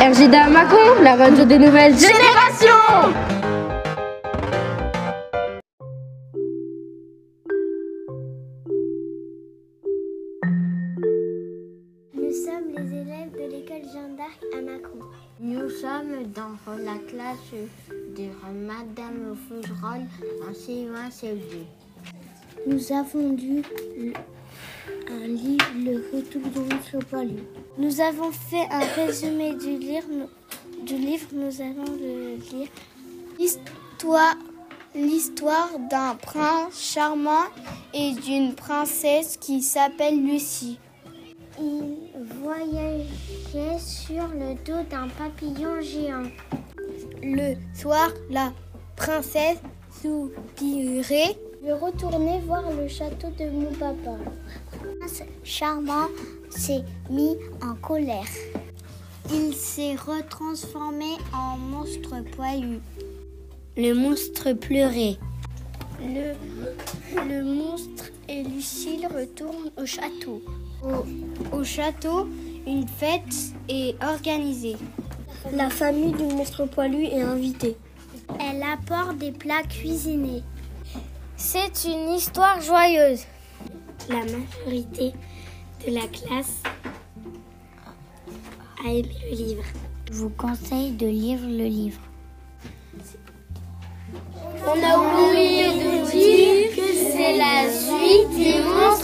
RJDA Macon, la radio des nouvelles générations Nous sommes les élèves de l'école Jeanne d'Arc à Macron. Nous sommes dans la classe de Madame Fougerolles en CE1 CE2. Nous avons lu le- un livre, Le Retour de Métropole. Nous avons fait un résumé du livre. Du livre, nous allons le lire. L'histoire, l'histoire d'un prince charmant et d'une princesse qui s'appelle Lucie. Il voyageait sur le dos d'un papillon géant. Le soir, la princesse soupirait. Je retournais voir le château de mon papa. Prince charmant s'est mis en colère. Il s'est retransformé en monstre poilu. Le monstre pleurait. Le, le monstre et Lucille retournent au château. Au, au château, une fête est organisée. La famille du monstre poilu est invitée. Elle apporte des plats cuisinés. C'est une histoire joyeuse. La majorité de la classe a aimé le livre. Je vous conseille de lire le livre. On a oublié de dire que c'est la suite des monstres